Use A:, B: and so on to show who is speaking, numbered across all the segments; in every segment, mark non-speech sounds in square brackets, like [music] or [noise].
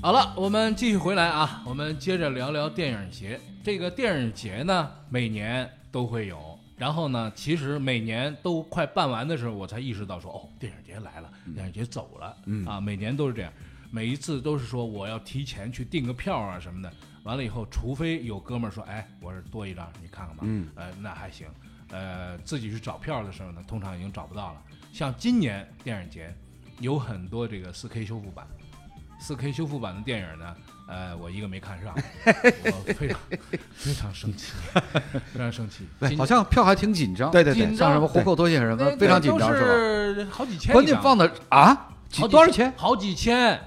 A: 好了，我们继续回来啊，我们接着聊聊电影节。这个电影节呢，每年都会有。然后呢，其实每年都快办完的时候，我才意识到说，哦，电影节来了，电影节走了，啊，每年都是这样，每一次都是说我要提前去订个票啊什么的。完了以后，除非有哥们儿说，哎，我这多一张，你看看吧，呃，那还行。呃，自己去找票的时候呢，通常已经找不到了。像今年电影节，有很多这个 4K 修复版。四 K 修复版的电影呢，呃，我一个没看上，我非常非常生气，非常生气。
B: [laughs] 对，
A: 今
B: 好像票还挺紧张。
C: 对对对
A: 紧张
B: 像什么虎口脱险什
A: 那
B: 么，非常紧张
A: 都
B: 是吧？
A: 是好几千一张，
B: 关键放的啊，几
A: 好几
B: 多少钱？
A: 好几千，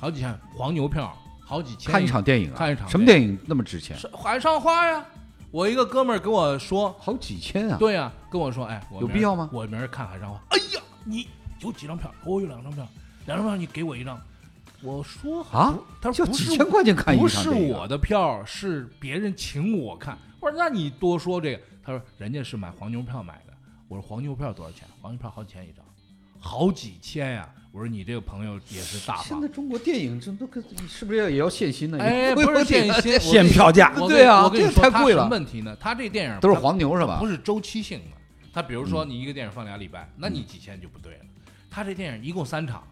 A: 好几千黄牛票，好几千
B: 看一场电影啊？
A: 看一场
B: 什么电影那么值钱？
A: 是海上花呀。我一个哥们儿跟我说，
B: 好几千啊！
A: 对呀、跟我说，哎，我
B: 有
A: 明儿
B: 必要吗
A: 我明儿看海上花。哎呀，你有几张票？我有两张票，两张票你给我一张。我说
B: 啊
A: 不他
B: 就
A: 说不
B: 几
A: 是
B: 千块钱看一
A: 不
B: 场
A: 是
B: 电影啊
A: 我的票，是别人请我看。我说那你多说这个，他说人家是买黄牛票买的。我说黄牛票多少钱？黄牛票好几千一张，好几千呀、我说你这个朋友也是大
B: 现
A: 方
B: 在。中国电影这都跟是不是也要限薪呢？
A: 哎，
B: 会
A: 不是
B: [laughs]
A: 限薪，我
C: 限票价
A: 我跟
B: 对啊
A: 我跟你
B: 这
A: 说，
B: 太
A: 他
B: 贵
A: 什
B: 了
A: 么问题呢？他这电影
B: 都是
A: 它
B: 黄牛是吧
A: 不？是周期性的。他比如说
B: 嗯
A: 你一个电影放俩礼拜，那你几千就不对了。他这电影一共三场，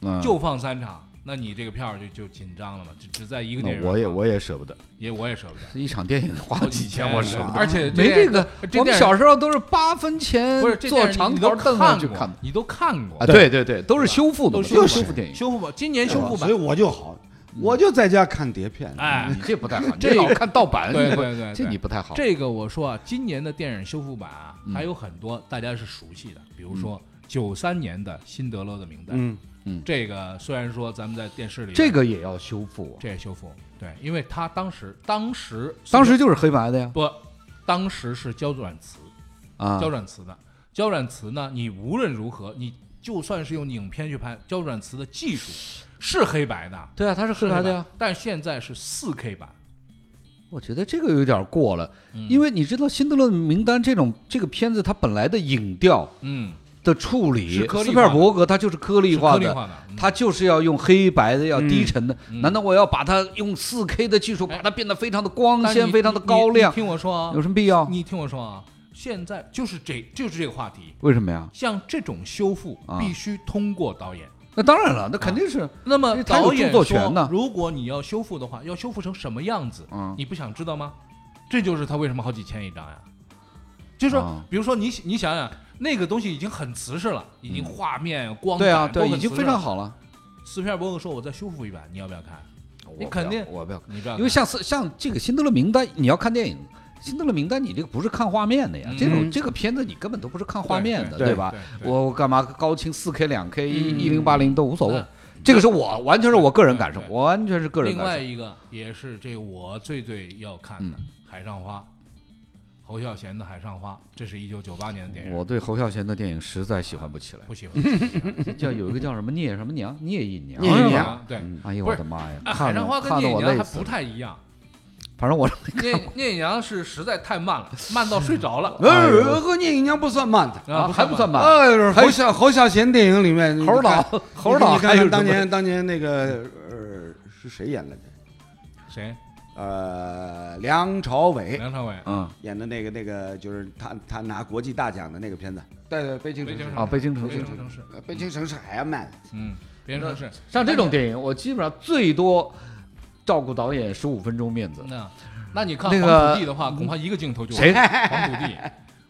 B: 嗯
A: 就放三场，那你这个票就就紧张了嘛，只只在一个电影院
C: 那
A: 放。
C: 嗯我也我也舍不得，
A: 也我也舍不得，
B: 一场电影花
A: 好
B: 几
A: 几千
B: 千，我舍不
A: 啊
B: 得。
A: 而且
B: 没
A: 这
B: 这个，
A: 这
B: 我们
A: 电影
B: 小时候都是八分钱
A: 不是这电
B: 坐
A: 影
B: 长
A: 你都
B: 条凳上
A: 看
B: 去
A: 过
B: 看的
A: 你都看过
B: 啊！对对对，都是
A: 吧
B: 修复的
A: 都
B: 嘛，
A: 修
B: 就
A: 复
B: 是修复电影。
A: 修复版，今年修复
C: 所
A: 版
C: 以，我就好，我就在家看碟片。
A: 哎
B: 你，这不 [laughs] 太好，你
A: 这
B: 这老看盗版，
A: 对
B: 你不
A: 对对对
B: 这你不太好。
A: 这个我说啊，今年的电影修复版啊，
B: 嗯
A: 还有很多大家是熟悉的，比如说九三年的《辛德勒的名单》，
C: 嗯，
A: 这个虽然说咱们在电视里
B: 这个也要修复啊，
A: 这也修复，对，因为他当时当时
B: 当时就是黑白的呀
A: 不，当时是胶转磁，
B: 啊
A: 胶转磁的胶转磁呢，你无论如何，你就算是用影片去拍胶转磁的技术是黑白的，
B: 对啊，它是黑白的呀。，
A: 但是现在是四 K 版，
B: 我觉得这个有点过了，因
A: 为
B: 为你知道《辛德勒的名单》这种这个片子，它本来的影调
A: 嗯，
B: 的处理
A: 是，颗粒
B: 斯
A: 化
B: 皮
A: 的
B: 尔伯格他就是颗粒
A: 是颗
B: 化
A: 粒
B: 的，
A: 化的，嗯
B: 哎它就是要用黑白的，要低沉的。
A: 嗯
B: 难道我要把它用四 K 的技术
A: 哎
B: 把它变得非常的光
A: 但是
B: 鲜、
A: 你
B: 非常的高
A: 你你
B: 亮，
A: 听我说啊
B: 有，什么必要？
A: 你听我说啊，现在就是这就是这个话题，
B: 为什么呀？
A: 像这种修复
B: 啊
A: 必须通过导演。
B: 那当然了，那肯定是、
A: 那么
B: 因为他有
A: 导演
B: 著作权呢
A: 说如果你要修复的话，要修复成什么样子？
B: 嗯
A: 啊你不想知道吗？这就是他为什么好几千一张呀。就是说，
B: 啊
A: 比如说你你想想，那个东西已经很瓷实了，已经画面、光感
B: 嗯对啊，
A: 都
B: 对，
A: 很
B: 已经
A: 瓷
B: 非
A: 实了
B: 常。好了。
A: 斯皮尔伯格说：“我再修复一版，你要不要看？
B: 我
A: 你
B: 不
A: 肯
B: 要
A: 定
B: 我不要看，
A: 你不要看，
B: 因为像是像这个《辛德勒名单》，你要看电影。《辛德勒名单》，你这个不是看画面的呀，这种
C: 嗯
B: 这个片子你根本都不是看画面的，
C: 对对
B: 吧？
A: 对对
B: 我我干嘛高清、四 K、两 K、一一零八零都无所谓
A: 嗯，
B: 这个是我完全是我个人感受
A: 对，对
B: 我完全是个人
A: 另外
B: 感受。
A: 一个也是这我最最要看的《海上花》，侯孝贤的《海上花》，这是一九九八年的电影，
B: 我对侯孝贤的电影实在喜欢不起来。
A: 不喜
B: [laughs]
A: 欢。不喜欢
B: 叫有一个叫什么聂什么娘聂隐娘，
C: 聂隐娘
A: 啊对，
B: 哎呦
A: 不
B: 我
A: 是
B: 的妈呀！
A: 啊
B: 看
A: 海
B: 得
A: 上花跟
B: 看
A: 聂
B: 得
A: 隐
B: 我
A: 娘
B: 累
A: 还
B: 死
A: 不
B: 了。
A: 太啊一样，
B: 反正我
A: 聂 [laughs] 聂隐娘是实在太慢了，慢到睡着
B: [laughs]
A: 了
B: 哎呦
C: 呃，和聂隐娘不算慢的。
A: 啊，
B: 还不算慢。
C: 哎，侯孝侯孝贤电影里面，你
B: 猴
C: 看
B: 老猴老
C: 你
B: 还有
C: 看看
B: 什
C: 当
B: 么
C: 年当年那个呃是谁演的呢？
A: 谁？
C: 呃，梁朝伟
A: 梁朝伟。
B: 嗯
C: 演的那个那个就是他他拿国际大奖的那个片子，对对，北京
A: 北
C: 城
A: 京
C: 市
A: 城
B: 啊，北京城
A: 北京城市，
C: 呃北京城市还要慢。
A: 嗯，北京城市，
B: 像这种电影，我基本上最多照顾导演十五分钟面子。
A: 那那你看
B: 嗯那
A: 黄
B: 个
A: 土地的话，恐怕一个镜头就
B: 谁
A: 完黄土地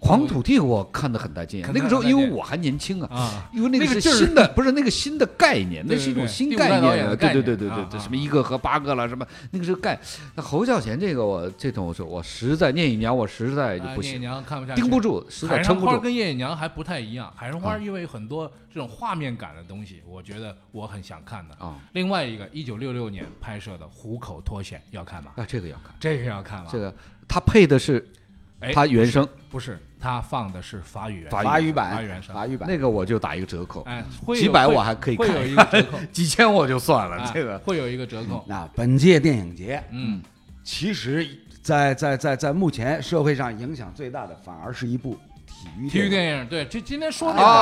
B: 黄土地我看得很带劲，
A: 看得
B: 那个时候
A: 很带
B: 因
A: 劲
B: 为我还年轻啊。 [laughs]
A: 啊，
B: 因为那
A: 那
B: 是
A: 个劲儿
B: 新的，不是那个新的概念，
A: 对
B: 那是一种新
A: 对对
B: 概
A: 第五代导演
B: 念
A: 的
B: 啊。
A: 概
B: 对
A: 念
B: 对对对对
A: 啊
B: 对，
A: 啊
B: 什么一个和八个了，什么那个是概。那侯孝贤这个我这种我说我实在聂隐娘我实在哎就
A: 啊
B: 不
A: 聂隐
B: 行，
A: 娘看不下去，
B: 盯不住，实在
A: 海
B: 撑
A: 上
B: 不
A: 花
B: 住。
A: 跟夜影娘还不太一样，海上花
B: 啊
A: 因为有很多这种画面感的东西，我觉得我很想看的
B: 啊。
A: 另外一个，一九六六年拍摄的《虎口脱险》要看吗？
B: 啊，这个要看，
A: 这个要看吗？
B: 这个他配的是
A: 哎
B: 他原声，
A: 不是，他放的是法语原声
C: 法语
A: 法
C: 版
A: 语原，声。
C: 法语版
B: 那个我就打一个折扣，
A: 哎，会有
B: 几百
A: 会
B: 我还可以
A: 会有
B: 看，
A: 一个折扣，
B: 几千我就算
A: 哎
B: 了。 [laughs] 这个
A: 会有一个折扣。
C: 那本届电影节，
A: 嗯，
C: 其实在在在在目前社会上影响最大的，反而是一部体育
A: 体育
C: 影。
A: 电影，对，这今天说
B: 啊嗯啊
A: 那
B: 啊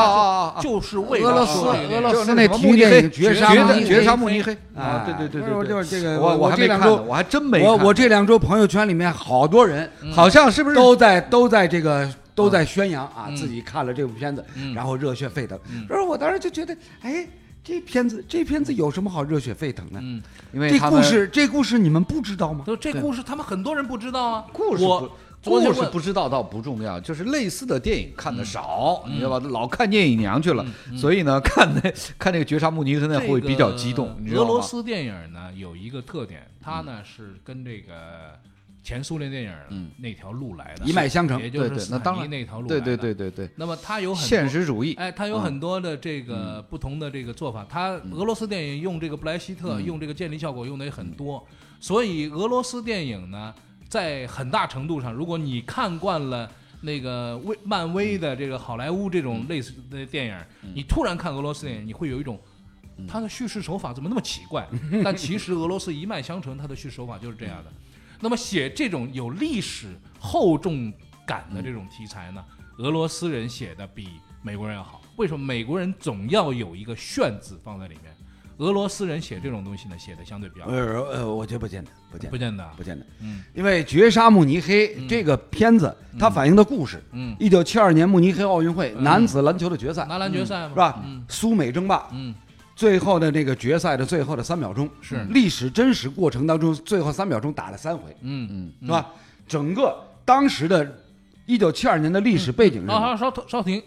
A: 个
B: 啊！
A: 就就是为
B: 俄
A: 了
B: 罗斯
A: 说这个电
B: 俄
A: 影
B: 罗
C: 就
B: 斯
C: 是那
B: 什么
C: 体
B: 慕
C: 育
B: 尼
C: 电
B: 黑
C: 影绝
B: 杀
C: 杀
B: 慕
C: 慕
B: 尼
C: 尼
B: 绝
C: 黑
B: 杀慕尼黑
C: 啊，
B: 对对对对
C: 不是就
B: 对，
C: 是这个，
B: 我
C: 我
B: 还
C: 这
B: 没看
C: 两
B: 呢，
C: 周，
B: 我还真没
C: 我
B: 看
C: 我这两周朋友圈里面好多人
B: 好像是不是
C: 嗯都在都在这个都在宣扬啊
A: 嗯
C: 自己看了这部片子，
A: 嗯
C: 然后热血沸腾
A: 嗯。
C: 然后我当时就觉得，哎，这片子这片子有什么好热血沸腾的？
A: 嗯，
B: 因为
C: 这
B: 他
C: 故
B: 们
C: 事这故事你们不知道吗？
A: 都这故事他们很多人不知道啊。
B: 故事
A: 我
B: 不
A: 昨天
B: 故事
A: 问
B: 不知道倒不重要，就是类似的电影看的少，
A: 嗯
B: 你知道吧？老看《聂隐娘》去了，所以呢，看那看那个《绝杀慕尼黑》那会比较激动，你
A: 这
B: 知
A: 个
B: 道
A: 俄
B: 吗？
A: 罗斯电影呢有一个特点，它呢是跟这个前苏联电
B: 嗯
A: 影那条路来的，
C: 一脉相承
A: 也就
B: 对
A: 是
B: 对
A: 斯，
B: 那
A: 坦
B: 当
A: 尼
B: 然
A: 那条路来
B: 对
A: 的。
B: 对对。对对，
A: 那么它有很多
B: 现实主义，
A: 哎，它有很多的这个不同的这个做法。它俄罗斯电影用这个布莱希特，用这个建立效果用的也很多，所以俄罗斯电影呢，在很大程度上，如果你看惯了。那个威漫威的这个好莱坞这种类似的电影，你突然看俄罗斯电影，你会有一种
C: 嗯
A: 它的叙事手法怎么那么奇
C: [laughs]
A: 怪？但其实俄罗斯一脉相承，它的叙事手法就是这样的。那么写这种有历史厚重感的这种题材呢，俄罗斯人写的比美国人要好。为什么美国人总要有一个“炫”字放在里面？俄罗斯人写这种东西呢，写的相对比较
C: 呃呃，我觉得不见得，不见
A: 不
C: 得，
A: 见得啊。
C: 不见得。
A: 嗯
C: 因为《绝杀慕尼黑》这个片子，它反映的故事，
A: 嗯，
C: 一九七二年慕尼黑奥运会男子篮球的决赛
A: 男篮决赛嘛，
C: 是吧
A: 嗯？
C: 苏美争霸，
A: 嗯
C: 最后的那个决赛的最后的三秒钟，
A: 是
C: 历史真实过程当中最后三秒钟打了三回，
A: 嗯
C: 是吧？整个当时的一九七二年的历史背景
A: 嗯。
C: 是什么
A: 啊，稍稍稍停。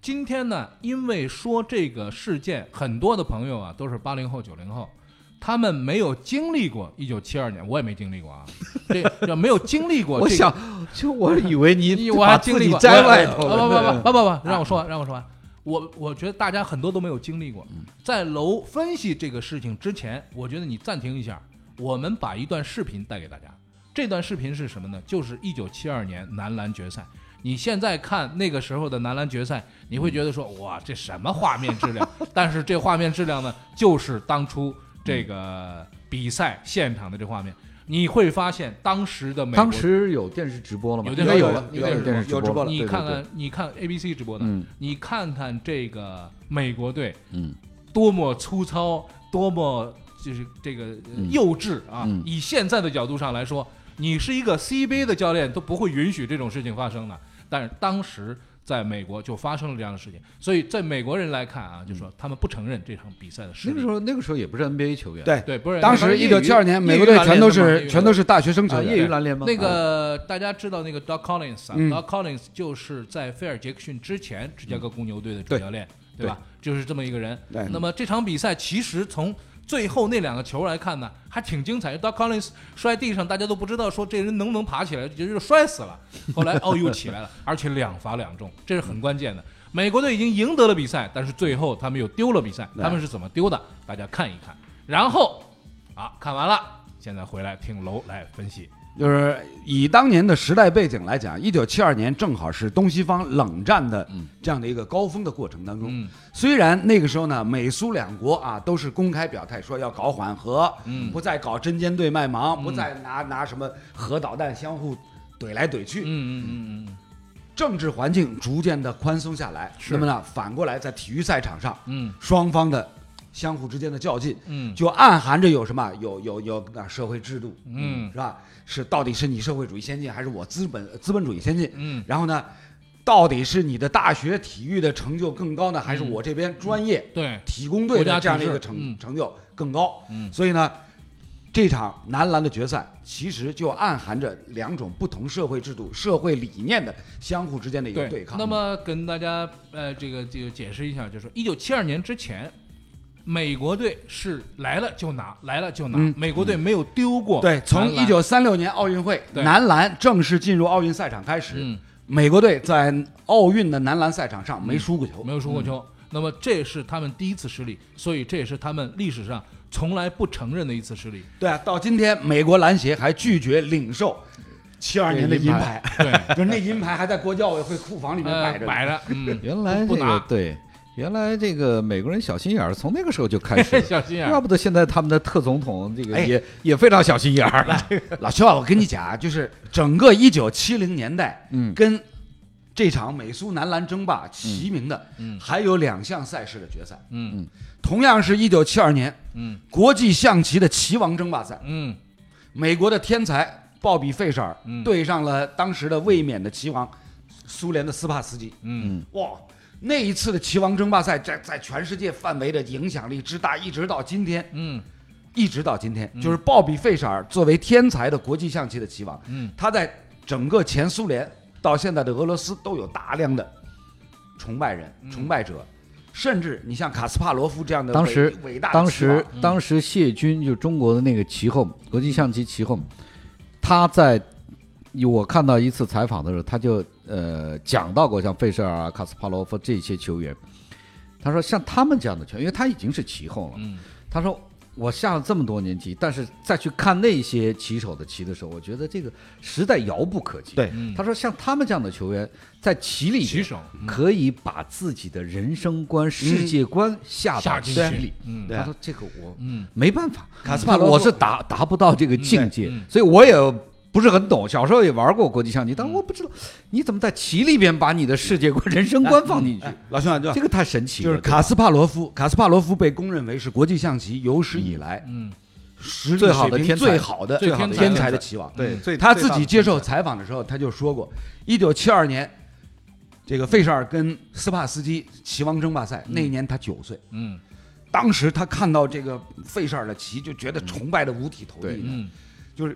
A: 今天呢，因为说这个事件，很多的朋友啊都是八零后、九零后，他们没有经历过一九七二年，我也没经历过啊，这这 [laughs] 没有经历过、这个。
B: 我想，就我以为
A: [laughs] 你
B: 你
A: 我
B: 把
A: 还
B: 自
A: 经历
B: 己
A: 过，
B: 摘外头
A: 不
B: 了啊
A: 不
B: 呢
A: 不不不不，让我说完，让我说完。我我觉得大家很多都没有经历过，
B: 嗯
A: 在楼分析这个事情之前，我觉得你暂停一下，我们把一段视频带给大家。这段视频是什么呢？就是一九七二年男篮决赛。你现在看那个时候的男篮决赛，你会觉得说哇，这什么画面质量？但是这画面质量呢，就是当初这个比赛现场的这画面。你会发现当时的美国
B: 当时有电视直播了吗？
A: 有
B: 应
A: 电视
B: 该有
A: 有
B: 了，
A: 有
B: 应该
A: 电视
B: 电视
C: 有直播
B: 播
C: 了
B: 对
A: 你
B: 对
A: 看
B: 对
A: 看，你看 ABC 直播的，
B: 嗯
A: 你看看这个美国队
B: 嗯，
A: 多么粗糙，多么就是这个呃
B: 嗯
A: 幼稚啊！
B: 嗯
A: 以现在的角度上来说，你是一个 CBA 的教练都不会允许这种事情发生的，但是当时。在美国就发生了这样的事情，所以在美国人来看啊，就说他们不承认这场比赛的失
B: 那个时
A: 利。
B: 候那个时候也不是 NBA 球员，啊
C: 对
A: 对，不是
C: 当时一
B: 业
C: 九
B: 余
C: 七二年，美国
B: 业余
C: 队
B: 篮
C: 全都
B: 联嘛
A: 业余
C: 是全都是大学生球
B: 啊，
C: 员，
B: 业余篮联吗？
A: 那个大家知道那个 Doc Collins 啊、
C: 嗯
A: d o c Collins 就是在菲尔杰克逊之前芝加哥公牛队的主教练，对吧？就是这么一个人。
C: 对
A: 那么这场比赛其实从最后那两个球来看呢，还挺精彩。Doc Collins 摔地上，大家都不知道说这人能不能爬起来，就是摔死了。后来哦又起来了，而且两罚两中，这是很关键的。美国队已经赢得了比赛，但是最后他们又丢了比赛，
C: 对
A: 他们是怎么丢的？大家看一看。然后，啊，看完了，现在回来听楼来分析。
C: 就是以当年的时代背景来讲，一九七二年正好是东西方冷战的这样的一个高峰的过程当中。
A: 嗯
C: 虽然那个时候呢，美苏两国啊都是公开表态说要搞缓和，
A: 嗯
C: 不再搞针尖对麦芒，不再拿拿什么核导弹相互怼来怼去，
A: 嗯嗯嗯嗯。
C: 政治环境逐渐的宽松下来。
A: 是
C: 那么呢，反过来在体育赛场上，
A: 嗯
C: 双方的相互之间的较劲，
A: 嗯
C: 就暗含着有什么？有有有啊，社会制度，
A: 嗯
C: 是吧？是到底是你社会主义先进，还是我资本呃资本主义先进？
A: 嗯
C: 然后呢，到底是你的大学体育的成就更高呢，
A: 嗯
C: 还是我这边专业
A: 对，
C: 体工队
A: 嗯国家
C: 的这样的
A: 体
C: 一
A: 制
C: 个成、
A: 嗯
C: 成就更高？
A: 嗯
C: 所以呢，这场男篮的决赛其实就暗含着两种不同社会制度、社会理念的相互之间的一个对抗。
A: 那么跟大家呃这个这个解释一下，就是一九七二年之前，美国队是来了就拿，来了就拿，
C: 嗯
A: 美国队没有丢过
C: 对，从
A: 男篮
C: 一九三六年奥运会
A: 对
C: 男篮正式进入奥运赛场开始，
A: 嗯
C: 美国队在奥运的男篮赛场上没输过球。
A: 没有输过球。那么这是他们第一次失利，所以这也是他们历史上从来不承认的一次失利。
C: 对啊，到今天美国篮协还拒绝领受七二年的银牌，
A: 对，
C: [laughs] 就是那银牌还在国际奥委会库房里面摆
A: 呃，
C: 着呢。
A: 摆着，
C: [laughs]
A: 嗯，
B: 原来
A: 不
B: 这
A: 不拿
B: 个对，原来这个美国人小心眼儿，从那个时候就开始
A: [laughs]
B: 了。
A: 小心眼
B: 怪
A: 儿，
B: 不得现在他们的特总统这个
C: 哎
B: 也、也非常小心眼
C: [laughs]
B: 儿。
C: 老邱啊，我跟你讲啊，就是整个一九七零年代，
B: 嗯
C: 跟这场美苏男篮争霸齐名的，还有两项赛事的决赛，
A: 嗯
C: 同样是一九七二年
A: 嗯
C: 国际象棋的棋王争霸赛，
A: 嗯
C: 美国的天才鲍比·费舍尔
A: 嗯
C: 对上了当时的卫冕的棋王苏联的斯帕斯基，
A: 嗯
C: 哇！那一次的棋王争霸赛，在在全世界范围的影响力之大，一直到今天，
A: 嗯
C: 一直到今天，
B: 嗯
C: 就是鲍比·费舍尔作为天才的国际象棋的棋王，
A: 嗯，
C: 他在整个前苏联到现在的俄罗斯都有大量的崇拜人、崇拜者，甚至你像卡斯帕罗夫这样的
B: 嗯当时
C: 伟伟大
B: [laughs]
C: 的
B: 当
C: 棋王
B: 时当时谢军就中国的那个棋后，国际象棋棋后，他在我看到一次采访的时候，他就呃讲到过像费舍尔啊、卡斯帕罗夫这些球员，他说像他们这样的球员，因为他已经是棋后了，
A: 嗯
B: 他说。我下了这么多年棋，但是再去看那些棋手的棋的时候，我觉得这个时代遥不可及。
C: 对
A: 嗯
B: 他说像他们这样的球员，在棋里
A: 棋
B: 边
A: 手嗯
D: 嗯
B: 可以把自己的人生观、世界观下
A: 下
B: 到
A: 进
B: 棋
A: 去
B: 里。
A: 嗯
C: 对
B: 他说这个我
A: 嗯
B: 没办法，
C: 卡斯帕罗夫
B: 我是达达不到这个境界，
A: 嗯
B: 所以我也不是很懂。小时候也玩过国际象
D: 嗯
B: 棋，但我不知道你怎么在棋里边把你的世界观、人生观放进去，
D: 嗯
C: 老兄啊，就
B: 这个太神奇了。
C: 就是
B: 对吧
C: 卡斯帕罗夫，卡斯帕罗夫被公认为是国际象棋有史以来
A: 嗯
C: 实力
B: 最好的
C: 水平
B: 天才
C: 最好的
A: 最
C: 好的
A: 天才
C: 天才的棋王。
B: 对，最
C: 他自己接受采访的时候，他就说过，一九七二年，这个费舍尔跟斯帕斯基棋王争霸赛，那一年他九岁，
A: 嗯
C: 当时他看到这个费舍尔的棋，就觉得崇拜的五体投
B: 对
C: 地，
A: 嗯
C: 就是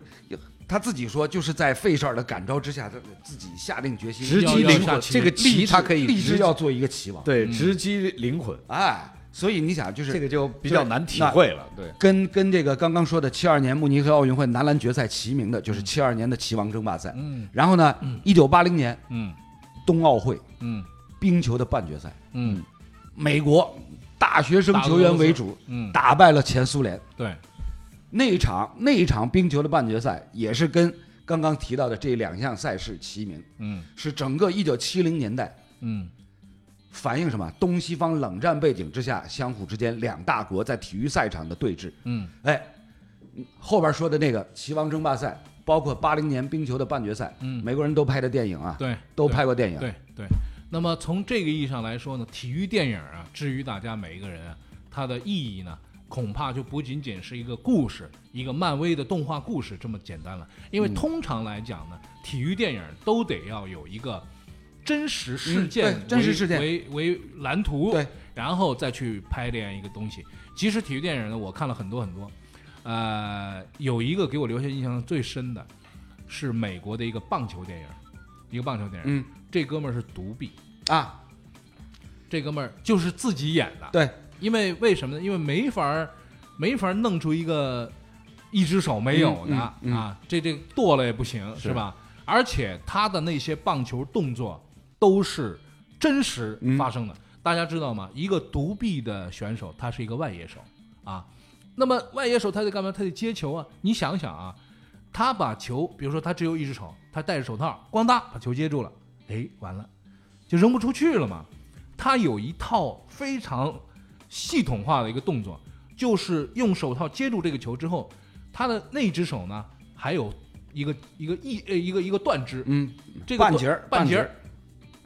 C: 他自己说，就是在费舍尔的感召之下，他自己下定决心，
B: 直击
A: 要
B: 灵
A: 下
B: 魂，
A: 棋
B: 这个
C: 立
B: 棋
C: 志
B: 他可以
C: 立
B: 直
C: 志要做一个棋王。
D: 对，直击灵魂，
C: 哎，所以你想，就是
B: 嗯这个就比
D: 比较难体会了。对，
C: 跟跟这个刚刚说的七二年慕尼黑奥运会男篮决赛齐名的，就是七二年的棋王争霸赛。
A: 嗯
C: 然后呢，一九八零年
A: 嗯
C: 冬奥会
A: 嗯
C: 冰球的半决赛，
A: 嗯
C: 美国大学生球员为主
A: 嗯
C: 打败了前苏联。
A: 对
C: 那一场那一场冰球的半决赛也是跟刚刚提到的这两项赛事齐名，
A: 嗯
C: 是整个一九七零年代
A: 嗯
C: 反映什么东西方冷战背景之下相互之间两大国在体育赛场的对峙。
A: 嗯
C: 哎，后边说的那个棋王争霸赛，包括八零年冰球的半决赛，
A: 嗯
C: 美国人都拍的电影啊，
A: 对
C: 都拍过电影。
A: 对对，那么从这个意义上来说呢，体育电影啊，至于大家每一个人啊，它的意义呢，恐怕就不仅仅是一个故事，一个漫威的动画故事这么简单了。因为通常来讲呢，体育电影都得要有一个真实事
C: 嗯
A: 件为、
C: 对真实事件
A: 为为蓝图，
C: 对，
A: 然后再去拍这样一个东西。即使体育电影呢，我看了很多很多，呃，有一个给我留下印象最深的是美国的一个棒球电影，一个棒球电影。
C: 嗯
A: 这哥们儿是独臂，
C: 啊，
A: 这哥们儿就是自己演的。
C: 对，
A: 因为为什么呢？因为没法儿没法儿弄出一个一只手没有的、
C: 嗯嗯嗯
A: 啊，这这剁了也不行，是吧？而且他的那些棒球动作都是真实
C: 嗯
A: 发生的，大家知道吗？一个独臂的选手，他是一个外野手啊。那么外野手他得干嘛？他得接球啊！你想想啊，他把球，比如说他只有一只手，他戴着手套，咣当把球接住了，哎，完了，就扔不出去了嘛。他有一套非常系统化的一个动作，就是用手套接住这个球之后，他的那只手呢还有一个一个一呃一个一个断肢，
C: 嗯，
A: 这个
C: 半截儿
A: 断半
C: 半
A: 截
C: 截
A: 儿
C: 儿，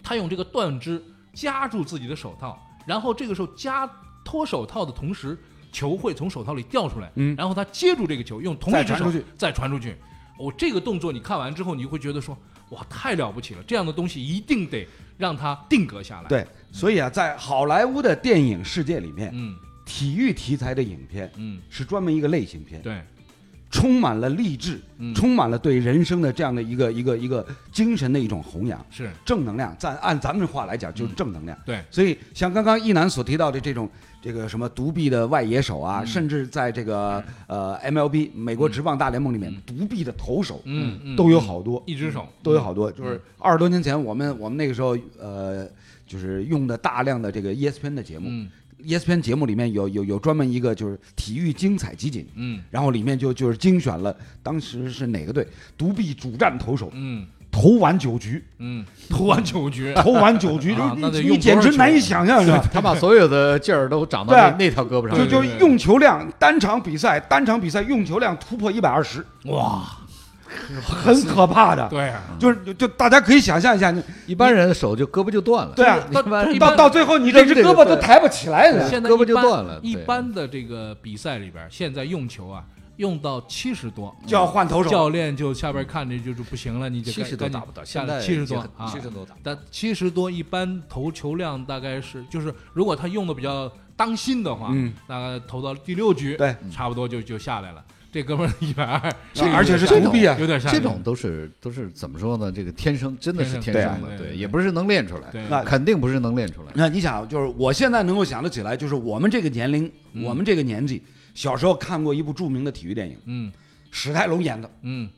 A: 他用这个断肢夹住自己的手套，然后这个时候夹脱手套的同时，球会从手套里掉出来，
C: 嗯
A: 然后他接住这个球，用同一只
C: 再传
A: 手
C: 出去
A: 再传出去。我、这个动作你看完之后，你会觉得说，哇，太了不起了！这样的东西一定得让它定格下来。，
C: 对，所以啊，在好莱坞的电影世界里面，
A: 嗯
C: 体育题材的影片
A: 嗯，
C: 是专门一个类型片，
A: 对，
C: 充满了励志，
A: 嗯
C: 充满了对人生的这样的一个一个一个精神的一种弘扬。
A: 是，
C: 正能量，咱按咱们话来讲就是正能量。
A: 嗯对，
C: 所以像刚刚一楠所提到的这种这个什么独臂的外野手啊，
A: 嗯
C: 甚至在这个呃 MLB 美国职棒大联盟里面，独臂的投手，
A: 嗯嗯
C: 都有好多，
A: 一只手
C: 都有好多。就是二十多年前，我们我们那个时候呃，就是用的大量的这个 ESPN 的节目、
A: 嗯
C: e s p n 节目里面有有有专门一个就是体育精彩集锦。
A: 嗯
C: 然后里面就就是精选了，当时是哪个队独臂主战投手，
A: 嗯
C: 投完九局， [laughs]
A: 嗯，投完九局，
C: 投完九局，
A: 啊
C: 你
A: 那得
C: 你
A: 用
C: 你简
A: 多少
C: 直
A: 球
C: 难以想象，是吧？
D: [laughs] 他
B: [laughs]
D: 把所有的劲儿都长到
C: 对
D: 那
C: 啊
D: 那条胳膊上
C: 就
D: 去，
C: 就
A: 对对 [laughs]
C: 用球量，单场比赛单场比赛用球量突破一百二十，
A: 哇，
C: 很可怕的，
A: 对啊，
C: 就是就就大家可以想象一下，你
B: 一般人手就胳膊就断了，
C: 对啊
B: 一般人
A: 一
C: 到
A: 般
C: 到最后你这只
B: 扔这
C: 胳
B: 个
C: 膊都
B: 对啊
C: 抬不起来了。
A: 现在
B: 胳膊
A: 一
B: 就
A: 般
B: 断了
A: 一
B: 对啊
A: 般的这个比赛里边，现在用球啊，用到七十多
B: 嗯
C: 就要换投手，
A: 教练就下边看着就就不行了，你就
B: 七十多打不到，现在
A: 七十多啊，
B: 七十多打不到。
A: 但七十多一般投球量大概是，就是如果他用的比较当心的话，
C: 嗯，
A: 大概投到第六局，
C: 对，
A: 差不多就就下来了。这哥们儿一百二，
C: 是而且是
B: 这
C: 投币啊，
A: 有点像
B: 这种都是都是怎么说呢？这个天生真的是
A: 天生
B: 天
C: 对
B: 生
A: 对
B: 的，
A: 对
B: 对，啊
A: 对
B: 也不是能练出来，
A: 对，
C: 那
B: 肯定不是能练出来。
C: 那你想，就是我现在能够想得起来，就是我们这个年龄，
A: 嗯
C: 我们这个年纪，小时候看过一部著名的体育电影，
A: 嗯
C: 史泰龙演的
A: 嗯，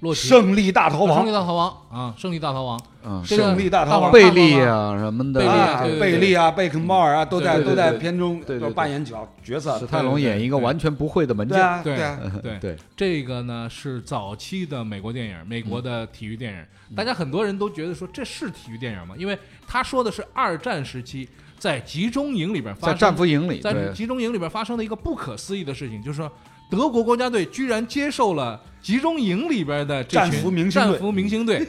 A: 洛
C: 《
A: 奇
C: 胜利大逃
A: 胜
C: 亡
A: 利》。大逃亡啊，胜利大逃亡，
B: 嗯，
A: 这个
C: 胜利大逃亡
A: 会儿看
B: 贝
A: 过
B: 利
A: 吗，
B: 啊什么的，
A: 贝利啊
C: 啊
A: 对对，对
C: 贝利啊，贝肯鲍尔啊，都在
A: 对对
C: 都在
D: 对
C: 片中
D: 对对
C: 都扮演角角色
B: 史。泰龙演一个完全不会的门 [laughs]
C: 对
B: 将，
C: 啊，
A: 对
C: 啊，
A: 对
B: 对
A: 这个呢是早期的美国电影，美
C: 嗯
A: 国的体育电影，大家很多人都觉得说这是体育电影吗？因为他说的是二战时期在集中营里边发
B: 在
A: 生
B: 战俘营里，
A: 在
B: 对，
A: 集中营里边发生的一个不可思议的事情，就是说德国国家队居然接受了集中营里边的这群
C: 战俘明星队
A: 战俘明星
C: [laughs]
A: 队，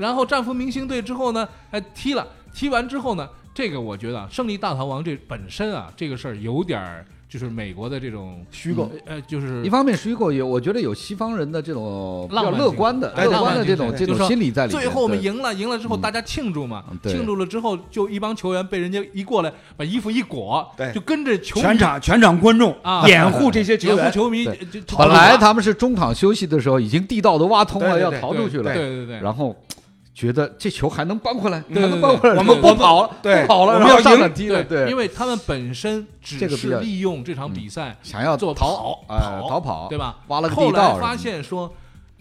A: 然后战俘明星队之后呢，还踢了，踢完之后呢，这个我觉得啊，《胜利大逃亡》这本身啊，这个事儿有点儿就是美国的这种
C: 虚构，
A: 呃，就是
B: 一方面虚构有，我觉得有西方人的这种比
A: 浪
B: 较
A: 漫
B: 乐
A: 精
B: 观的、
A: 神
B: 乐
A: 浪漫
B: 观的
A: 精
B: 这
A: 神
B: 种这
A: 就是
B: 种
A: 说
B: 心理在里面。
A: 最后我们
B: 对
A: 赢了，赢了之后
B: 嗯
A: 大家庆祝嘛
B: 嗯，对
A: 庆祝了之后就一帮球员被人家一过来把衣服一裹
C: 对，
A: 就跟着球迷
C: 全场全场观众
A: 啊
C: 掩护这些球
A: 掩护
C: 员，
A: 球迷
B: 对
A: 就就
B: 本来他们是中场休息的时候已经地道都挖通了，
C: 对对
B: 要
C: 对
B: 逃出去了，
A: 对对对，
B: 然后觉得这球还能扳回来，还
A: 对对
B: 能扳回来，
A: 我们
B: 不
A: 不
B: 跑了，
C: 对
B: 不跑了，
C: 我
B: 然
C: 们
B: 后
C: 要
B: 上
C: 赢
B: 场踢了，对，
A: 因为他们本身只
B: 这个比
A: 是
B: 较
A: 利用这场比赛
B: 想要
A: 做
B: 逃
A: 跑，
B: 呃，逃跑，
A: 对吧？
B: 挖了个
A: 后
B: 地
A: 来
B: 道，
A: 发现说，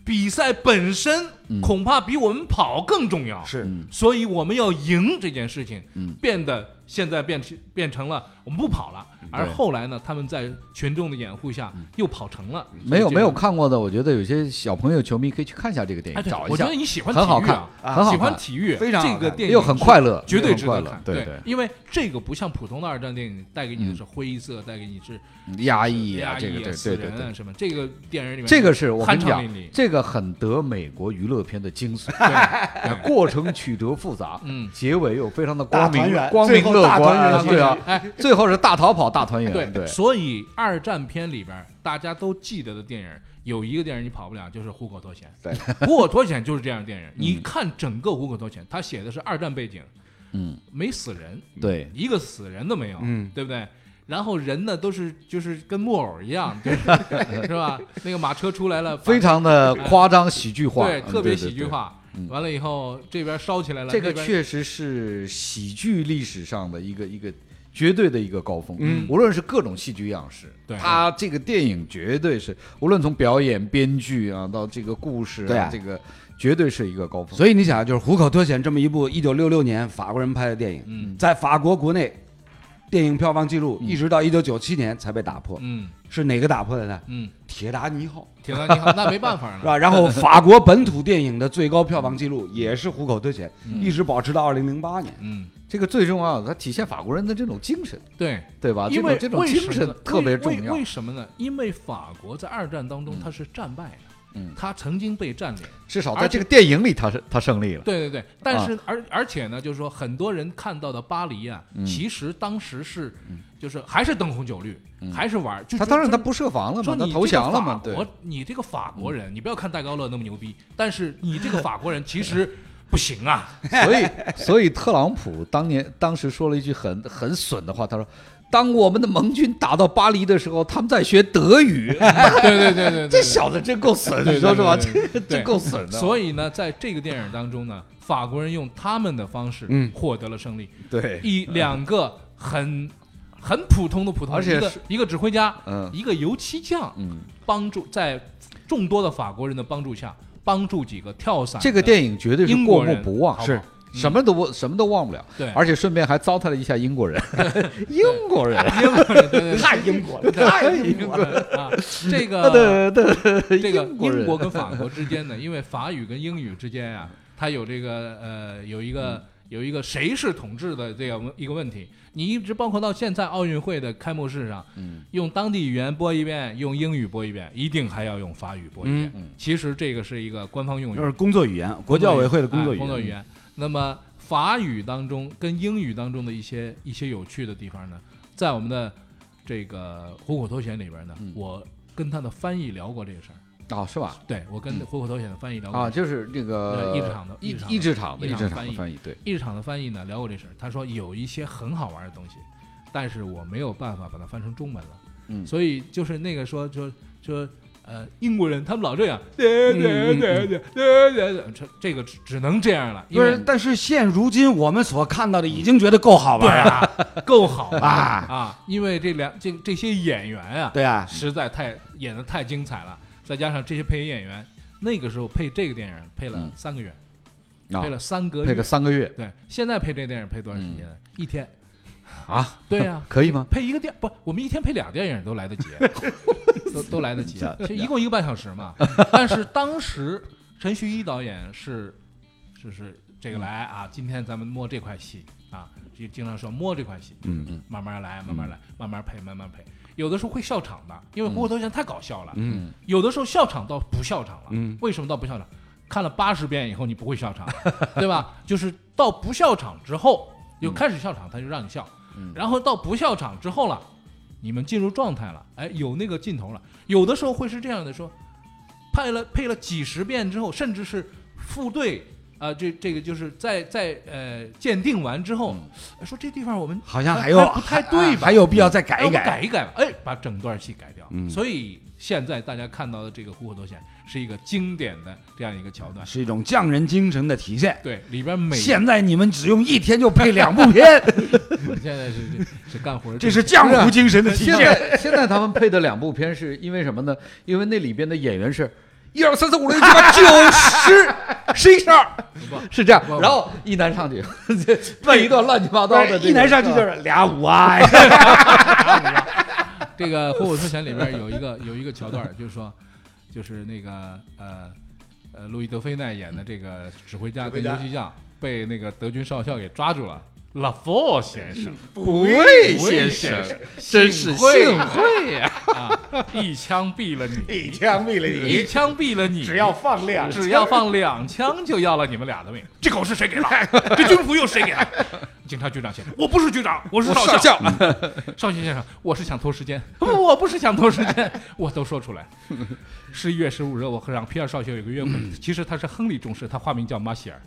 A: 比赛本身
B: 嗯
A: 恐怕比我们跑更重要，
C: 是
B: 嗯
A: 所以我们要赢这件事情
B: 嗯，
A: 变得现在变成变成了我们不跑了，
B: 嗯
A: 而后来呢，他们在群众的掩护下又跑成了，
B: 嗯没有
A: 所以这个
B: 没有。看过的，我觉得有些小朋友球迷可以去看一下这个电
A: 哎，
B: 影，
A: 对
B: 找一
A: 我
B: 下
A: 觉得，你喜欢
B: 很好
A: 体育啊
B: 看很好
A: 喜欢
B: 看
A: 体育，
C: 非常好
A: 这个
C: 看
A: 电影
B: 又很
A: 是
B: 快乐，
A: 绝对
B: 又
A: 值
B: 很
A: 得
B: 快乐
A: 看，，
B: 对，
A: 因为这个不像普通的二战电影带给你的是灰色，带给你是
B: 压抑
A: 压
B: 啊，这个
A: 抑
B: 对
A: 死
B: 对对
A: 人
B: 对
A: 啊。什么，这个电影里面
B: 这个是我跟你
A: 酣畅
B: 讲
A: 淋漓，
B: 这个很得美国娱乐片的
A: [laughs]
B: 精髓，
A: 对
B: [laughs]
A: 对
B: 过程曲折复杂，
A: 嗯
B: 结尾又非常的光
C: 大团
B: 明
C: 圆、
B: 光
C: 最
B: 明
C: 后
B: 乐
C: 大
B: 观
C: 团
B: 啊，
C: 圆
B: 对啊，
A: 哎，
B: 最后是大逃跑、大团圆，对
A: 对，所以二战片里边大家都记得的电影。有一个电影你跑不了，就是《虎口脱险》。
C: 对，
A: 《 [laughs] 虎口脱险》就是这样的电影。你看整个《虎口脱险》，它写的是二战背景，
B: 嗯，
A: 没死人，
B: 对，
A: 一个死人都没有，
C: 嗯
A: 对不对？然后人呢，都是就是跟木偶一样，就是是吧？那个马车出来了，把
B: [laughs] 非常的夸张、喜剧化，
A: 对，
B: 嗯
A: 特别喜剧。化。
B: 对对嗯
A: 完了以后，这边烧起来了，
B: 对
A: 那
B: 对这
A: 边
B: 个确实是喜剧历史上的一个一个绝对的一个高峰，
C: 嗯
B: 无论是各种戏剧样式，
A: 对
B: 它这个电影绝对是，无论从表演、编剧啊，到这个故事、
C: 对啊
B: 这个绝对是一个高峰。
C: 所以你想，就是《虎口脱险》这么一部一九六六年法国人拍的电影，
A: 嗯
C: 在法国国内电影票房记录一直到一九九七年才被打破，
A: 嗯
C: 是哪个打破的呢？
A: 嗯，
C: 铁达尼号
A: 铁达尼号那没办法
C: [laughs] 是
A: 了，
C: 吧？
A: [laughs]
C: 然后法国本土电影的最高票房记录也是《虎口脱险》，一直保持到二零零八年。
A: 嗯，
B: 这个最重要的，它体现法国人的这种精神，
A: 对，
B: 对吧？
A: 因为
B: 啊这种
A: 为
B: 这
A: 什
B: 种精
A: 么
B: 神
A: 呢
B: 特别
A: 为
B: 重
A: 为
B: 要
A: 为。什么呢？因为法国在二战当中它是战败的，
B: 嗯
A: 它曾经被占领。
B: 至少
A: 而
B: 在
A: 且
B: 这个电影里，他是他胜利了。
A: 对对对，但是
B: 啊
A: 而而且呢，就是说很多人看到的巴黎啊，
B: 嗯
A: 其实当时是就是还是灯红酒绿，还是玩儿。就
B: 嗯他
A: 就
B: 当然
A: 就
B: 他不设防了
A: 说
B: 嘛，
A: 你这个
B: 他投降了
A: 法
B: 嘛，对。嗯
A: 国，你这个法国人，你不要看戴高乐那么牛逼，但是你这个法国人
B: [laughs]
A: 其实不行啊。
B: 所以，所以特朗普当年当时说了一句很很损的话，他说：“当我们的盟军打到巴黎的时候，他们在学德语。
A: [laughs] 对对对对”
B: 这小子真够损，
A: 对
B: 你说是吧？
A: 对
B: 这
A: 对
B: 个
A: 对
B: 这够损的。
A: 所以呢，在这个电影当中呢，法国人用他们的方式
C: 嗯
A: 获得了胜利，
B: 对，
A: 一两个很很普通的普通人，
B: 嗯而且
A: 一个
B: 是
A: 一个指挥家，
B: 嗯
A: 一个油漆匠，
B: 嗯，
A: 帮助在众多的法国人的帮助下，帮助几个跳伞的。
B: 这个电影绝对是
A: 英
B: 过
A: 国
B: 目
A: 人
B: 不忘，
A: 好不好
C: 是
A: 嗯
B: 什么都不什么都忘不了，
A: 对，
B: 而且顺便还糟蹋了一下英
A: [laughs]
B: 国人，英国人。
A: 英国 [laughs] 人对对对
C: 太英国了，太英国了！
A: 啊，这
B: [laughs] 他
A: 个
B: 的的
A: 这个
B: 英国
A: 英
B: 人
A: 国
C: 嗯
A: 跟法国之间呢，因为法语跟英语之间啊，它有这个呃有一个有一个谁是统治的这样一个问题。你一直包括到现在奥运会的开幕式上，
B: 嗯，
A: 用当地语言播一遍，用英语播一遍，一定还要用法语播一遍。
B: 嗯嗯
A: 其实这个是一个官方用语
C: 就，是工作语言，国教委会的工作
A: 哎
C: 语
A: 工作
C: 言。
A: 语言。那么法语当中跟英语当中的一些一些有趣的地方呢，在我们的这个《虎口头衔》里边呢，
C: 嗯
A: 我跟他的翻译聊过这个事儿。
B: 哦，是吧？
A: 对我跟《虎口头衔》的翻译聊过
B: 啊，就是那个
A: 对一场的一场的
B: 一制场的
A: 一
B: 一
A: 场的
B: 制场
A: 翻译
B: 的翻译，对， [laughs]
A: 一场的翻译呢聊过这事儿，他说有一些很好玩的东西，但是我没有办法把它翻成中文了。
B: 嗯
A: 所以就是那个说说说呃英国人他们老这样，对对对对对对，这这个只只能这样了，因
C: 不是
A: 为，
C: 但是现如今我们所看到的已经觉得够好
A: 啊
C: 玩了，
A: 够好了
C: 啊
A: 啊！因为这两这这些演员啊，
C: 对啊，
A: 实在太演的太精彩了，再加上这些配音演员，那个时候配这个电影配了
B: 嗯
A: 三个月，
B: 啊
A: 配了三个
B: 配
A: 月
B: 个，三个月
A: 对，现在配这电影配多长时间呢？一天，
B: 啊，
A: 对呀。 [laughs]
B: 可以吗？
A: 配一个电不，我们一天配俩电影都来得及，啊都都来得及，就一共一个半小时嘛。但是当时陈旭一导演是，就是这个来啊，今天咱们摸这块戏啊，就经常说摸这块戏，
C: 嗯
B: 嗯，
A: 慢慢来，慢慢来，慢慢配，慢慢配。有的时候会笑场的，因为《虎口头衔》太搞笑了，
C: 嗯，
A: 有的时候笑场到不笑场了，
C: 嗯，
A: 为什么到不笑场？看了八十遍以后你不会笑场， [laughs] 对吧？就是到不笑场之后，就开始笑场，他就让你笑，
B: 嗯
A: 然后到不笑场之后了，你们进入状态了，哎，有那个劲头了。有的时候会是这样的说，配了配了几十遍之后，甚至是副队。啊、这这个就是在在呃鉴定完之
C: 嗯
A: 后，哎说这地方我们
C: 好像
A: 还
C: 还有啊
A: 还不太对吧
C: 还有必要再改
A: 要
C: 一
A: 不
C: 改。
A: 改一改吧，哎，把整段戏改掉。
C: 嗯
A: 所以现在大家看到的这个《虎口夺险》是一个经典的这样一个桥段。
C: 是一种匠人精神的体现。
A: 对，里边每
C: 现在你们只用一天就配两部 [laughs] 片，
A: 现在是是是干活儿，
C: 这是江湖精神的体
B: 现
C: 现。
B: 在现在他们配的两部片是因为什么呢？因为那里边的演员是一二三四五六七八九十十一十二，是这样
A: 不。
B: 然后一男上去配一段乱七八糟的这个，
C: 一来上去就是
B: 吧
C: 是俩五啊，
A: 这个《虎口夺险》里边有一个有一个桥段儿，就是说，就是那个呃呃，路易德菲奈演的这个指挥家跟游击将被那个德军少校给抓住了。拉佛先生，
D: 不畏
A: 先
D: 先生，
B: 嗯
A: 真
D: 是
A: 幸
D: 幸
A: 会呀！啊，一枪毙了你，
C: 一枪毙了
A: 一
C: 你，
A: 枪毙了你，
C: 只要放量，
A: 只要放两枪就要了你们俩的命。这口是谁给的？这军服又谁给的？ [laughs] 警察局长先生，我不是局长，我是少校。 [laughs] 少校先生，我是想拖时间， [laughs] 不，我不是想拖时间， [laughs] 我都说出来。十一月十五日，我和让皮尔少校有个 [laughs] 约会，其实他是亨利中士，他化名叫马歇尔。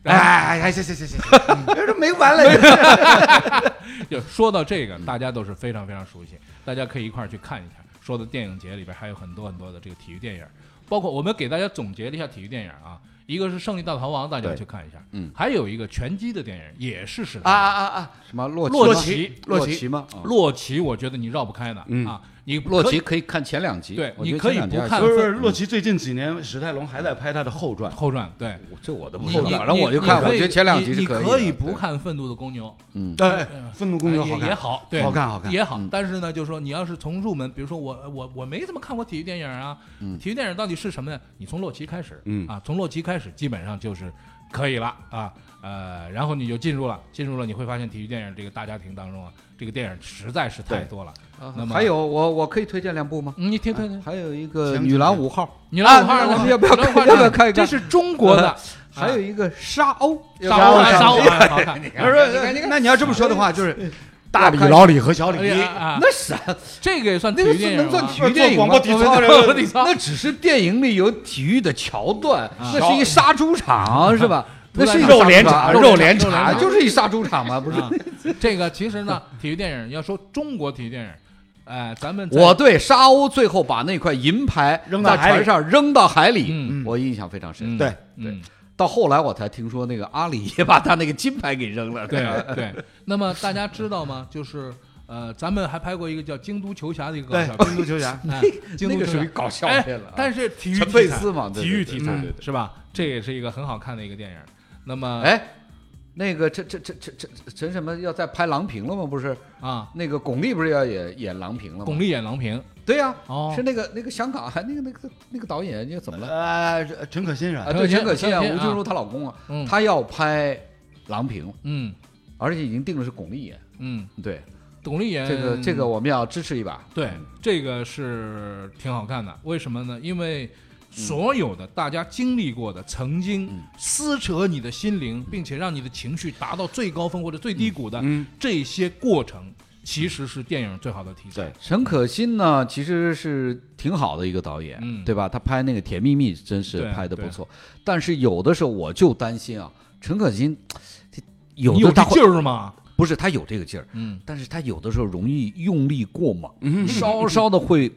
A: 然后
C: 哎，哎行行行行行，这没完了。
A: [laughs] 就说到这个，大家都是非常非常熟悉，大家可以一块儿去看一下。说的电影节里边还有很多很多的这个体育电影，包括我们给大家总结了一下体育电影啊，一个是《胜利大逃亡》，大家去看一下，
B: 嗯，
A: 还有一个拳击的电影也是史
C: 啊
A: 泰
C: 啊啊！
B: 什么洛
A: 洛
B: 吗
A: 奇
B: 洛
C: 洛奇
B: 奇吗？啊
A: 龙洛奇，我觉得你绕不开的、
C: 嗯
A: 啊，你
B: 洛
A: 可以
B: 奇可以看前两集，
A: 对
B: 我觉得
A: 你可以
B: 前两集
A: 不
B: 还
A: 看
B: 行
A: 不是不是
C: 洛奇最近几年，史泰龙还在拍他的后传，
A: 后传对。
B: 这我都不
A: 你
B: 知道，
A: 你
B: 反正我就看，
A: 你可
B: 我
A: 以
B: 觉得前两集
A: 你
B: 是
A: 你
B: 以
A: 可
B: 的
A: 以不，看《愤怒的公牛》，
C: 哎，愤怒公牛
A: 也
C: 好
A: 也
C: 看，
A: 好，对，
C: 好看好看
A: 也
B: 嗯
A: 好。但是呢，就是说你要是从入门，比如说我我我没怎么看过体育电影啊，
B: 嗯
A: 体育电影到底是什么呢？你从洛奇开始，
C: 嗯
A: 啊，从洛奇开始基本上就是可以了啊，呃，然后你就进入了，进入了你会发现体育电影这个大家庭当中啊，这个电影实在是太
C: 对
A: 多了。
B: 对
A: 那么
B: 还有我我可以推荐两部吗？
A: 嗯你听听听，
B: 还有一个
C: 行
B: 女篮五号，
A: 你来
B: 啊
A: 五号
B: 那
A: 呢，
B: 我们要不要
A: 你来五号
B: 要不要看一看
A: 这是中国的，
B: [laughs] 还有一个沙鸥，
A: 沙鸥啊，沙
C: 沙
A: 鸥啊
B: [laughs]
A: 好看。
C: 他说， [laughs] 那你要这么说的话，就是大
B: 比
C: 比
B: 老
C: 老李和小
A: 哎
C: 李，
A: 呀啊，
B: 那啥，
A: 这个也算体
B: 那个
A: 育
B: 是
A: 电影
B: 能
A: 吗
B: 算体育电影吗？
C: 做广播体
A: [laughs]
C: 操
B: 广播
A: 人
B: 体操那只是电影里有体育的桥段，
A: 啊
B: 那是一杀猪场
A: [laughs]
B: 是吧？那是一
C: 肉联
B: 场，
C: 场
B: 肉
C: 肉联
B: 场
A: 场
B: 就是一杀猪场嘛，不是？
A: 啊，这个其实呢，体育电影要说中国体育电影，哎、咱们在
B: 我对沙鸥最后把那块银牌
C: 扔到
B: 在
C: 海
B: 船
C: 里
B: 上扔到海里，
A: 嗯
B: 我印象非常深。
A: 嗯
C: 对
A: 嗯
B: 到后来我才听说那个阿里也把他那个金牌给 [laughs] 扔了。是吧
A: 对啊对。那么大家知道吗？就是呃，咱们还拍过一个叫《京都球侠》的一个搞笑片，
C: 冰毒球侠，
B: [laughs]
A: 哎京都球
B: 那个
A: 侠
B: 属于搞笑片了啊。
A: 哎但是体育
B: 陈
A: 题
B: 佩
A: 材
B: 斯嘛对
A: 体
B: 对
A: 育
B: 对嗯
A: 题
C: 对
A: 材
C: 对
A: 是吧？这也是一个很好看的一个电影。那么
B: 哎，那个陈陈陈陈陈陈什么要再拍郎平了吗？不是，
A: 啊，
B: 那个巩俐不是要演演郎平了吗？
A: 巩俐演郎平
B: 对呀、
A: 哦
B: 是那个那个香港还那个那个那个导演又怎么了？
C: 呃，陈可辛是吧
B: 啊，？对，
A: 陈
B: 陈
A: 可
B: 可
A: 辛
B: 辛啊，
A: 陈可辛
B: 吴
A: 哦啊
B: 君如她老公啊，
A: 嗯
B: 她要拍郎平，
A: 嗯
B: 而且已经定的是巩俐演。
A: 嗯，
B: 对，
A: 巩俐演
B: 这个这个我们要支持一把。
A: 对，这个是挺好看的。为什么呢？因
B: 嗯
A: 为所有的大家经历过的，曾经
B: 嗯
A: 撕扯你的心灵，并且让你的情绪达到最高峰或者最低谷的
C: 嗯
A: 这些过程，其实是电影最好的题材
C: 对。
B: 陈可辛呢，其实是挺好的一个导演，
A: 嗯
B: 对吧？他拍那个《甜蜜蜜》真是
A: 对啊
B: 拍的不
A: 对
B: 错，但是有的时候我就担心啊，陈可辛这有
A: 你有
B: 的
A: 这
B: 他会
A: 劲儿吗？
B: 不是他有这个劲儿，
A: 嗯，
B: 但是他有的时候容易用力过猛，
C: 嗯
B: 稍稍的会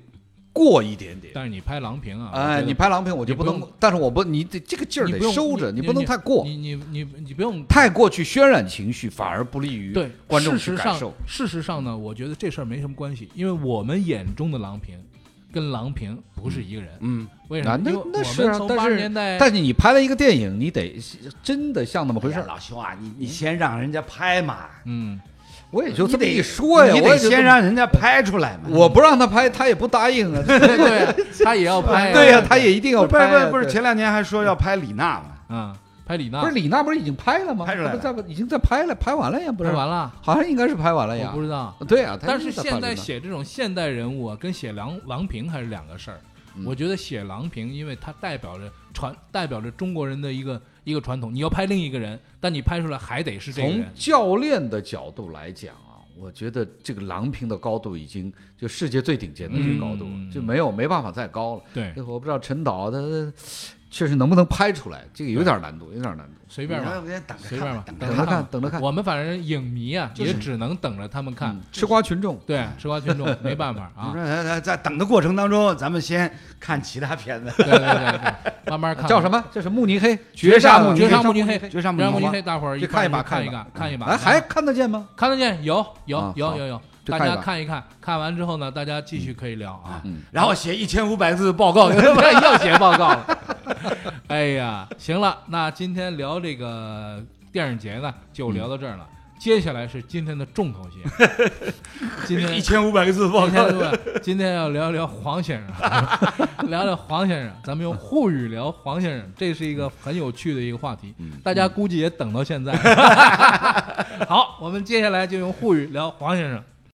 B: 过一点点。
A: 但是你拍郎平啊，我
B: 哎，
A: 觉得
B: 你拍郎平我就
A: 你不
B: 能
A: 用，
B: 但是我不，你得这个劲儿
A: 你
B: 得
A: 不用
B: 收着，
A: 你
B: 你不能太过，
A: 你你你你不用
B: 太过去渲染情绪，反而不利于
A: 对
B: 观众
A: 事
B: 去
A: 实
B: 感
A: 上
B: 受。，
A: 事实上呢，我觉得这事儿没什么关系，因为我们眼中的郎平跟郎平不是一个人。
C: 嗯，
A: 为什
B: 啊
A: 么？，
B: 那
A: 因为我
B: 那
A: 们
B: 是啊，
A: 从
B: 但
A: 八十
B: 是
A: 年代，
B: 但是你拍了一个电影，你得真的像那么回事
C: 哎呀
B: 儿。
C: 老兄啊，你你先让人家拍嘛，
B: [laughs]
A: 嗯，
B: 我也就
C: 你
B: 这么
C: 得
B: 一说呀，
C: 你
B: 我
C: 得
B: 也就这
C: 先
B: 么
C: 让人家拍出来嘛。
B: 我不让他拍，他也不答
A: [laughs]
B: 应啊。
A: 对对，他也要拍，
B: 对呀、他也一定要
C: 不
B: 拍、
C: 是
B: 啊。
C: 不是，
B: 对
C: 前两年还说要拍李娜嘛，
A: 嗯，拍李娜，
B: 不是李娜不是已经拍了吗？
C: 拍出来
B: 她
C: 了
B: 不在已经在拍了，拍完了呀，不是
A: 拍？完了，
B: 好像应该是拍完了
A: 我
B: 呀
A: 不。知道。
B: 对啊，她
A: 但
B: 一
A: 是
B: 直
A: 现
B: 拍
A: 在
B: 着呢
A: 写这种现代人物啊，跟写郎郎平还是两个事儿。
B: 嗯
A: 我觉得写郎平，因为他代表着传，代表着中国人的一个一个传统。你要拍另一个人，但你拍出来还得是这个
B: 从
A: 人。
B: 教练的角度来讲啊，我觉得这个郎平的高度已经就世界最顶尖的这个高度，
A: 嗯
B: 就没有没办法再高了。哎
A: 对，
B: 我不知道陈导啊他确实能不能拍出来，这个有点难度，有点难度。
A: 随便
C: 你
A: 吧
C: 让，人家等着
A: 随便吧
C: 看，，等着
B: 等
C: 看
A: 着
B: 着看，等着看，
A: 我们反正影迷啊，
B: 就是
A: 也只能等着他们看
B: 嗯。吃瓜群众。
A: 对，吃瓜
B: [laughs]
A: 群众没办法
C: 你
A: 啊。
C: 说在在在等的过程当中，咱们先看其他片子。
A: 对对对对，慢慢看。
B: 叫什么？这是慕尼黑
C: 绝杀慕尼黑
A: 绝杀慕尼黑，
C: 绝杀慕尼
A: 绝
C: 黑
A: 慕尼黑，大伙儿一
B: 就看一把
A: 看一
B: 啊看
A: 看，看一把，
B: 哎，
A: 看一
B: 还
A: 把
B: 看得见吗？
A: 看得见，有有
B: 啊
A: 有
B: 好
A: 有有，
B: 就
A: 大
B: 看一
A: 家
B: 把
A: 看一看，看完之后呢，大家继续可以聊啊。
C: 然后写一千五百字报告，
A: 要写报告了。哎呀，行了，那今天聊这个电影节呢，就聊到这儿了。
C: 嗯
A: 接下来是今天的重
C: [laughs]
A: 头戏， [laughs] 今天
C: 一千五百个字报
A: 今天
C: 告。
A: 对今天要聊一聊黄先生， [laughs] 聊聊黄先生，咱们用沪语聊黄先生，这是一个很有趣的一个话题，
C: 嗯
A: 大 [laughs] 家估计也等到现在。好，我们接下来就用沪语聊黄先生。